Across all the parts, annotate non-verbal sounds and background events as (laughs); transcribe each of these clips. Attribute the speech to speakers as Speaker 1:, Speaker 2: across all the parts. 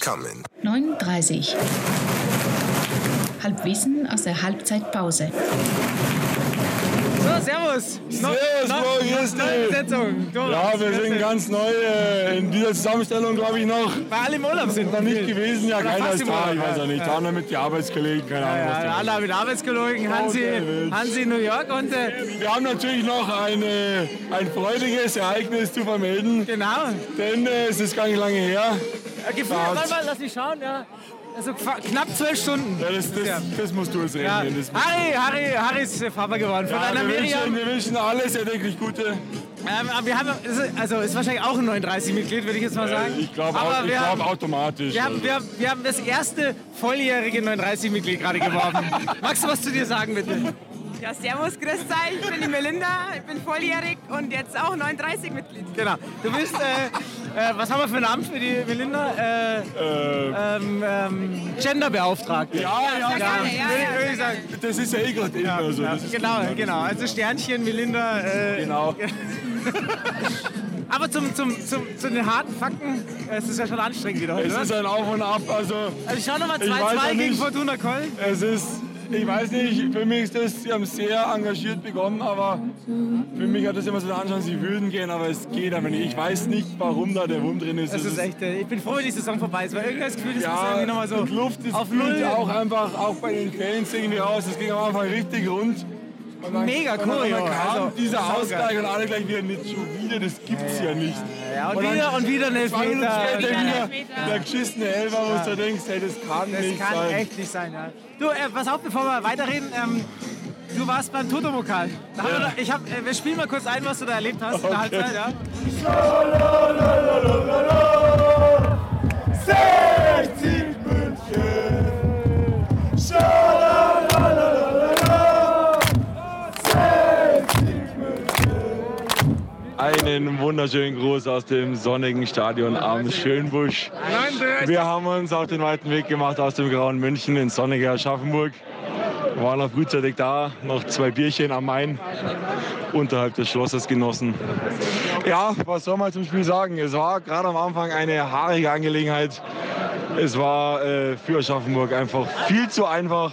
Speaker 1: coming.
Speaker 2: 39. Halbwissen aus der Halbzeitpause.
Speaker 3: So, Servus. No,
Speaker 4: Servus, Bro, grüß
Speaker 3: neue
Speaker 4: dich.
Speaker 3: Besetzung.
Speaker 4: Ja, wir sind ganz neu äh, in dieser Zusammenstellung, glaube ich, noch.
Speaker 3: Weil alle im Urlaub sind.
Speaker 4: Noch nicht gewesen, ja,
Speaker 3: Oder
Speaker 4: keiner
Speaker 3: fast
Speaker 4: ist
Speaker 3: im
Speaker 4: da,
Speaker 3: Urlaub,
Speaker 4: ich weiß
Speaker 3: ja.
Speaker 4: ja nicht.
Speaker 3: Ja.
Speaker 4: Da haben damit die Arbeitskollegen, keine Ahnung, was die
Speaker 3: Ja, alle mit Arbeitskollegen, Hansi,
Speaker 4: Okay, Mensch.
Speaker 3: Hansi in New York und äh,
Speaker 4: machen. Wir haben natürlich noch ein, äh, ein freudiges Ereignis zu vermelden,
Speaker 3: genau.
Speaker 4: denn äh, es ist gar nicht lange her.
Speaker 3: Gefühl,
Speaker 4: Da hat's-
Speaker 3: warte mal, lass mich schauen. Ja. Also fa- knapp zwölf Stunden.
Speaker 4: Ja, das, das,
Speaker 3: Ja.
Speaker 4: das musst du jetzt reden.
Speaker 3: Ja.
Speaker 4: Das
Speaker 3: Harry, Harry, Harry ist äh, Papa geworden von
Speaker 4: ja,
Speaker 3: einer
Speaker 4: wir, wünschen,
Speaker 3: Miriam.
Speaker 4: wir wünschen alles erdenklich Gute. Äh,
Speaker 3: Ähm, aber wir haben, es ist- also ist wahrscheinlich auch ein 39-Mitglied, würde ich jetzt mal sagen.
Speaker 4: Äh, ich glaube
Speaker 3: Aber
Speaker 4: glaub,
Speaker 3: wir haben-
Speaker 4: automatisch. also.
Speaker 3: Wir haben, wir, haben, wir haben das erste volljährige 39-Mitglied
Speaker 4: (laughs)
Speaker 3: gerade geworfen. Magst du was zu dir sagen, bitte?
Speaker 5: Ja, servus, grüß euch, ich bin die Melinda, ich bin volljährig und jetzt auch 39 Mitglied.
Speaker 3: Genau. Du bist, äh, äh, was haben wir für einen Namen für die Melinda? Äh,
Speaker 4: äh,
Speaker 3: ähm, ähm, Genderbeauftragte.
Speaker 4: ja, ja,
Speaker 5: gerne, ja,
Speaker 3: würde,
Speaker 5: ja,
Speaker 3: würde
Speaker 5: sehr
Speaker 3: ich sagen.
Speaker 4: Das ist ja eh gerade immer so.
Speaker 3: Ja,
Speaker 4: das ist
Speaker 3: genau, genau. Also Sternchen, Melinda. Äh,
Speaker 4: Genau.
Speaker 3: Aber zum, zum, zum, zu den harten Fakten, es ist ja schon anstrengend wieder heute.
Speaker 4: Es
Speaker 3: oder?
Speaker 4: ist ein Auf und Ab. Also,
Speaker 3: Also ich schau nochmal
Speaker 4: Ich weiß
Speaker 3: 2-2
Speaker 4: auch
Speaker 3: gegen
Speaker 4: nicht.
Speaker 3: Fortuna Köln.
Speaker 4: es ist, ich weiß nicht, für mich ist das, sie haben sehr engagiert begonnen, aber für mich hat das immer so den Anschein, sie würden gehen, aber es geht einfach nicht. Ich weiß nicht, warum da der Wurm drin ist.
Speaker 3: Das ist echt, äh, ich bin froh, wenn die Saison vorbei ist, weil irgendwie das Gefühl, das ist
Speaker 4: Ja,
Speaker 3: irgendwie nochmal so
Speaker 4: die Luft ist
Speaker 3: auf
Speaker 4: gut,
Speaker 3: Null.
Speaker 4: auch einfach, auch bei den Fans irgendwie aus. Es ging am Anfang richtig rund. Und dann-
Speaker 3: Mega
Speaker 4: und dann-
Speaker 3: Choreo,
Speaker 4: Und dann kam
Speaker 3: also,
Speaker 4: dieser
Speaker 3: saugeil.
Speaker 4: Ausgleich und alle gleich wieder nicht schon wieder, das gibt's ja, nicht.
Speaker 3: Ja, und,
Speaker 4: dann
Speaker 3: wieder, und wieder ein
Speaker 4: Zwei Minuten
Speaker 3: Elfmeter.
Speaker 4: später
Speaker 3: Und
Speaker 5: wieder
Speaker 4: wieder
Speaker 5: Elfmeter.
Speaker 4: der geschissene Elfer, wo du denkst, hey, das kann
Speaker 3: Das
Speaker 4: nicht
Speaker 3: kann
Speaker 4: sein.
Speaker 3: echt nicht sein, ja. Du, äh, pass auf, bevor wir weiterreden. Ähm, du warst beim Toto-Vokal. Da haben wir noch- ich hab, äh, wir spielen mal kurz ein, was du da erlebt hast in der
Speaker 4: Okay.
Speaker 3: Halbzeit. Ja?
Speaker 4: 60 München. Schalalalala. 60 München. Einen wunderschönen Gruß aus dem sonnigen Stadion am Schönbusch. Wir haben uns auf den weiten Weg gemacht aus dem grauen München ins sonnige Aschaffenburg. Wir waren noch frühzeitig da, noch zwei Bierchen am Main unterhalb des Schlosses genossen. Ja, was soll man zum Spiel sagen? Es war gerade am Anfang eine haarige Angelegenheit. Es war äh, für Aschaffenburg einfach viel zu einfach.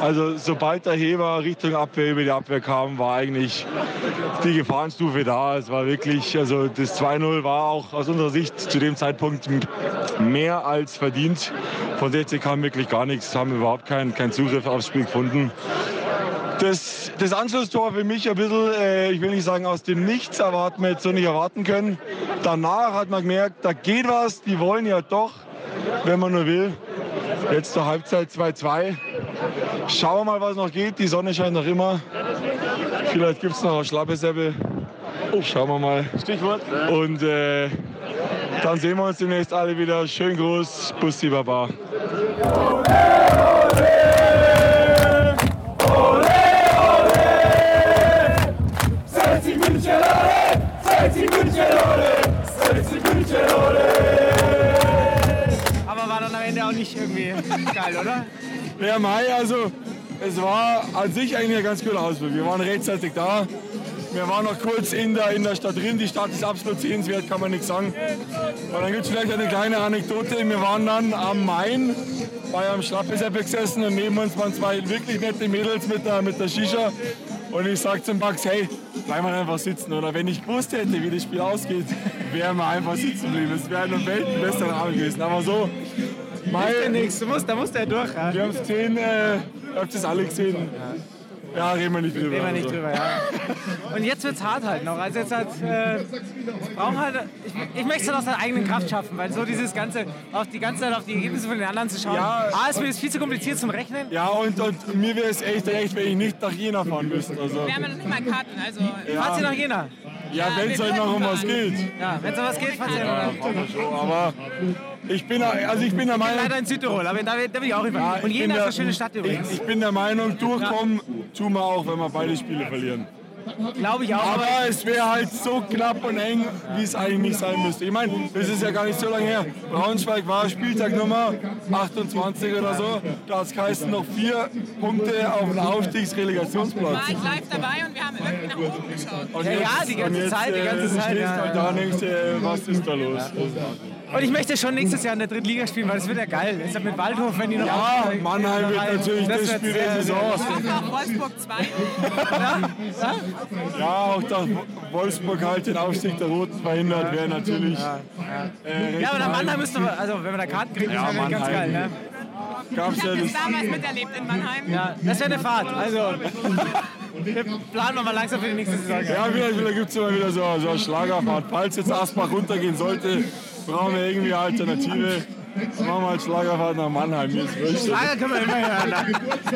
Speaker 4: Also sobald der Heber Richtung Abwehr über die Abwehr kam, war eigentlich die Gefahrenstufe da. Es war wirklich, also das 2-0 war auch aus unserer Sicht zu dem Zeitpunkt m- mehr als verdient. Von 60 kam wirklich gar nichts, haben überhaupt keinen keinen Zugriff aufs Spiel gefunden. Das, das Anschlusstor für mich ein bisschen, äh, ich will nicht sagen aus dem Nichts, aber hat man jetzt so nicht erwarten können. Danach hat man gemerkt, da geht was, die wollen ja doch, wenn man nur will. Jetzt zur Halbzeit 2-2. Schauen wir mal, was noch geht. Die Sonne scheint noch immer. Vielleicht gibt es noch eine Schlappesäbel. Schauen wir mal. Stichwort. Und äh, dann sehen wir uns demnächst alle wieder. Schönen Gruß, Bussi Baba.
Speaker 3: Aber war dann am Ende auch nicht irgendwie geil, oder?
Speaker 4: Ja, Mai, also es war an sich eigentlich ein ganz cooler Ausflug. Wir waren rechtzeitig da. Wir waren noch kurz in der, in der Stadt drin. Die Stadt ist absolut sehenswert, kann man nichts sagen. Und dann gibt es vielleicht eine kleine Anekdote. Wir waren dann am Main bei einem Schlappesepp gesessen und neben uns waren zwei wirklich nette Mädels mit der, mit der Shisha. Und ich sag zum Max, hey, bleib mal einfach sitzen. Oder wenn ich gewusst hätte, wie das Spiel ausgeht, wären wir einfach sitzen geblieben. Es wäre ein weltenbester Abend gewesen. Aber so, Mai,
Speaker 3: Ja, nix. Du musst, da musst du ja durch. Ja.
Speaker 4: wir haben es gesehen, äh, ihr habt es alle gesehen. Ja, reden wir nicht drüber.
Speaker 3: Reden wir nicht
Speaker 4: also.
Speaker 3: drüber, ja. Und jetzt wird's hart halt noch. Also jetzt halt, äh, brauchen halt, ich, ich möchte es aus der eigenen Kraft schaffen, weil so dieses ganze, auf die ganze Zeit auf die Ergebnisse von den anderen zu schauen,
Speaker 4: Ja.
Speaker 3: A, ist mir das viel zu kompliziert zum Rechnen.
Speaker 4: Ja, und, und mir wäre es echt recht, wenn ich nicht nach Jena fahren müsste. Also,
Speaker 5: Wir haben ja noch nicht mal Karten, also
Speaker 3: Fahrt ihr nach Jena?
Speaker 4: ja, wenn es
Speaker 5: wir
Speaker 4: halt noch um was geht.
Speaker 3: Ja, wenn es was geht, fahrt ihr nach Jena.
Speaker 4: Aber ich bin, der- also ich bin der Meinung,
Speaker 3: Leider in Südtirol, aber da, da bin ich auch
Speaker 4: ja,
Speaker 3: hinfahren.
Speaker 4: ich
Speaker 3: Und
Speaker 4: bin
Speaker 3: Jena ist
Speaker 4: der-
Speaker 3: eine schöne Stadt übrigens.
Speaker 4: Ich, ich bin der Meinung, durchkommen tun wir auch, wenn wir beide Spiele verlieren.
Speaker 3: Glaube ich auch.
Speaker 4: Aber es wäre halt so knapp und eng, wie es eigentlich nicht sein müsste. Ich meine, das ist ja gar nicht so lange her. Braunschweig war Spieltag Nummer 28 oder so. Da hat es geheißen, noch vier Punkte auf den Aufstiegsrelegationsplatz.
Speaker 5: war ich live dabei und wir haben wirklich nach oben geschaut.
Speaker 4: Und
Speaker 3: Ja, ja, die ganze
Speaker 4: und jetzt,
Speaker 3: Zeit, die
Speaker 4: äh,
Speaker 3: ganze Zeit,
Speaker 4: stehst
Speaker 3: ja,
Speaker 4: halt
Speaker 3: ja.
Speaker 4: da und denkst, äh, was ist da los?
Speaker 3: Und ich möchte schon nächstes Jahr in der dritten Liga spielen, weil das wird ja geil. Ist ja mit Waldhof, wenn die noch.
Speaker 4: Ja, Mannheim wird natürlich das
Speaker 3: wird
Speaker 4: Spiel
Speaker 3: sehr, sehr
Speaker 4: der Saison.
Speaker 5: Ich hoffe auf Wolfsburg 2.
Speaker 4: Ja, auch dass Wolfsburg halt den Aufstieg der Roten verhindert, wäre natürlich. äh,
Speaker 3: Ja, aber der
Speaker 4: recht
Speaker 3: Mannheim müsste, also wenn man da Karten kriegt, ist
Speaker 4: Ja,
Speaker 3: das ganz
Speaker 4: Mannheim.
Speaker 3: geil, ne?
Speaker 4: gab's
Speaker 5: Ich
Speaker 4: ja
Speaker 5: habe das
Speaker 4: das.
Speaker 5: damals miterlebt in Mannheim.
Speaker 3: Ja, das wäre eine Fahrt. Also, wir planen wir mal langsam für die nächste Saison.
Speaker 4: Ja, wieder, wieder gibt es immer wieder so, so eine Schlagerfahrt. Falls jetzt Asbach runtergehen sollte, brauchen wir irgendwie eine Alternative. Dann machen wir halt Schlagerfahrt nach Mannheim. Mir ist wurscht.
Speaker 3: Lager Ah, können wir immer hören.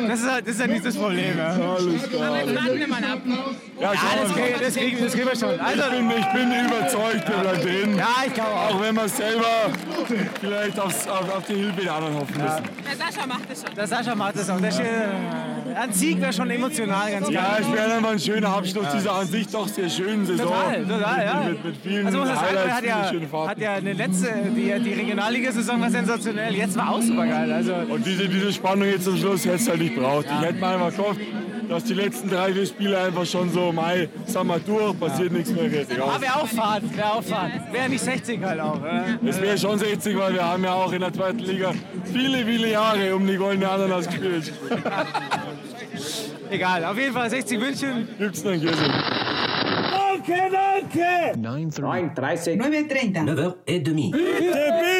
Speaker 3: ne? Das ist, halt- das ist ja nicht das Problem. Ja,
Speaker 4: Alles klar.
Speaker 5: Dann warten wir mal ab.
Speaker 4: Ja,
Speaker 3: ja das,
Speaker 4: schauen wir
Speaker 3: kriegen, das, kriegen, das kriegen wir schon. Also,
Speaker 4: mal. ich, bin, ich bin überzeugt, wir bleiben drin.
Speaker 3: ja, ich glaube auch.
Speaker 4: Auch wenn wir selber vielleicht aufs, auf, auf die Hilfe der anderen hoffen müssen.
Speaker 5: Der Sascha macht es schon.
Speaker 3: Der Sascha macht das auch. Der steht, ein Sieg wäre schon emotional ganz geil.
Speaker 4: Ja, es wäre dann mal ein schöner Abschluss dieser an sich doch sehr schönen Saison.
Speaker 3: Total, total, ja.
Speaker 4: Mit, mit vielen
Speaker 3: Also muss man sagen,
Speaker 4: Highlights,
Speaker 3: er hat
Speaker 4: vielen schönen
Speaker 3: ja,
Speaker 4: Fahrten.
Speaker 3: hat ja eine letzte, die, die Regionalliga-Saison war sensationell. Jetzt war auch super geil. Also,
Speaker 4: Und diese, diese Spannung jetzt am Schluss hätte es halt nicht braucht. Ich hätte mal einfach gehofft, dass die letzten drei, vier Spiele einfach schon so, Mai, sind wir durch, passiert nichts mehr fertig.
Speaker 3: aber wäre auch Fahrt, wäre auch Fahrt. Wäre nicht 60 halt auch. Oder?
Speaker 4: Es wäre schon 60, weil wir haben ja auch in der zweiten Liga viele, viele Jahre um die goldene Ananas gespielt.
Speaker 3: Egal, auf jeden Fall 60 München.
Speaker 4: Gibt's noch einen Kirsel?
Speaker 1: 9.30
Speaker 6: 9h30.
Speaker 1: et demi.
Speaker 4: Bitte,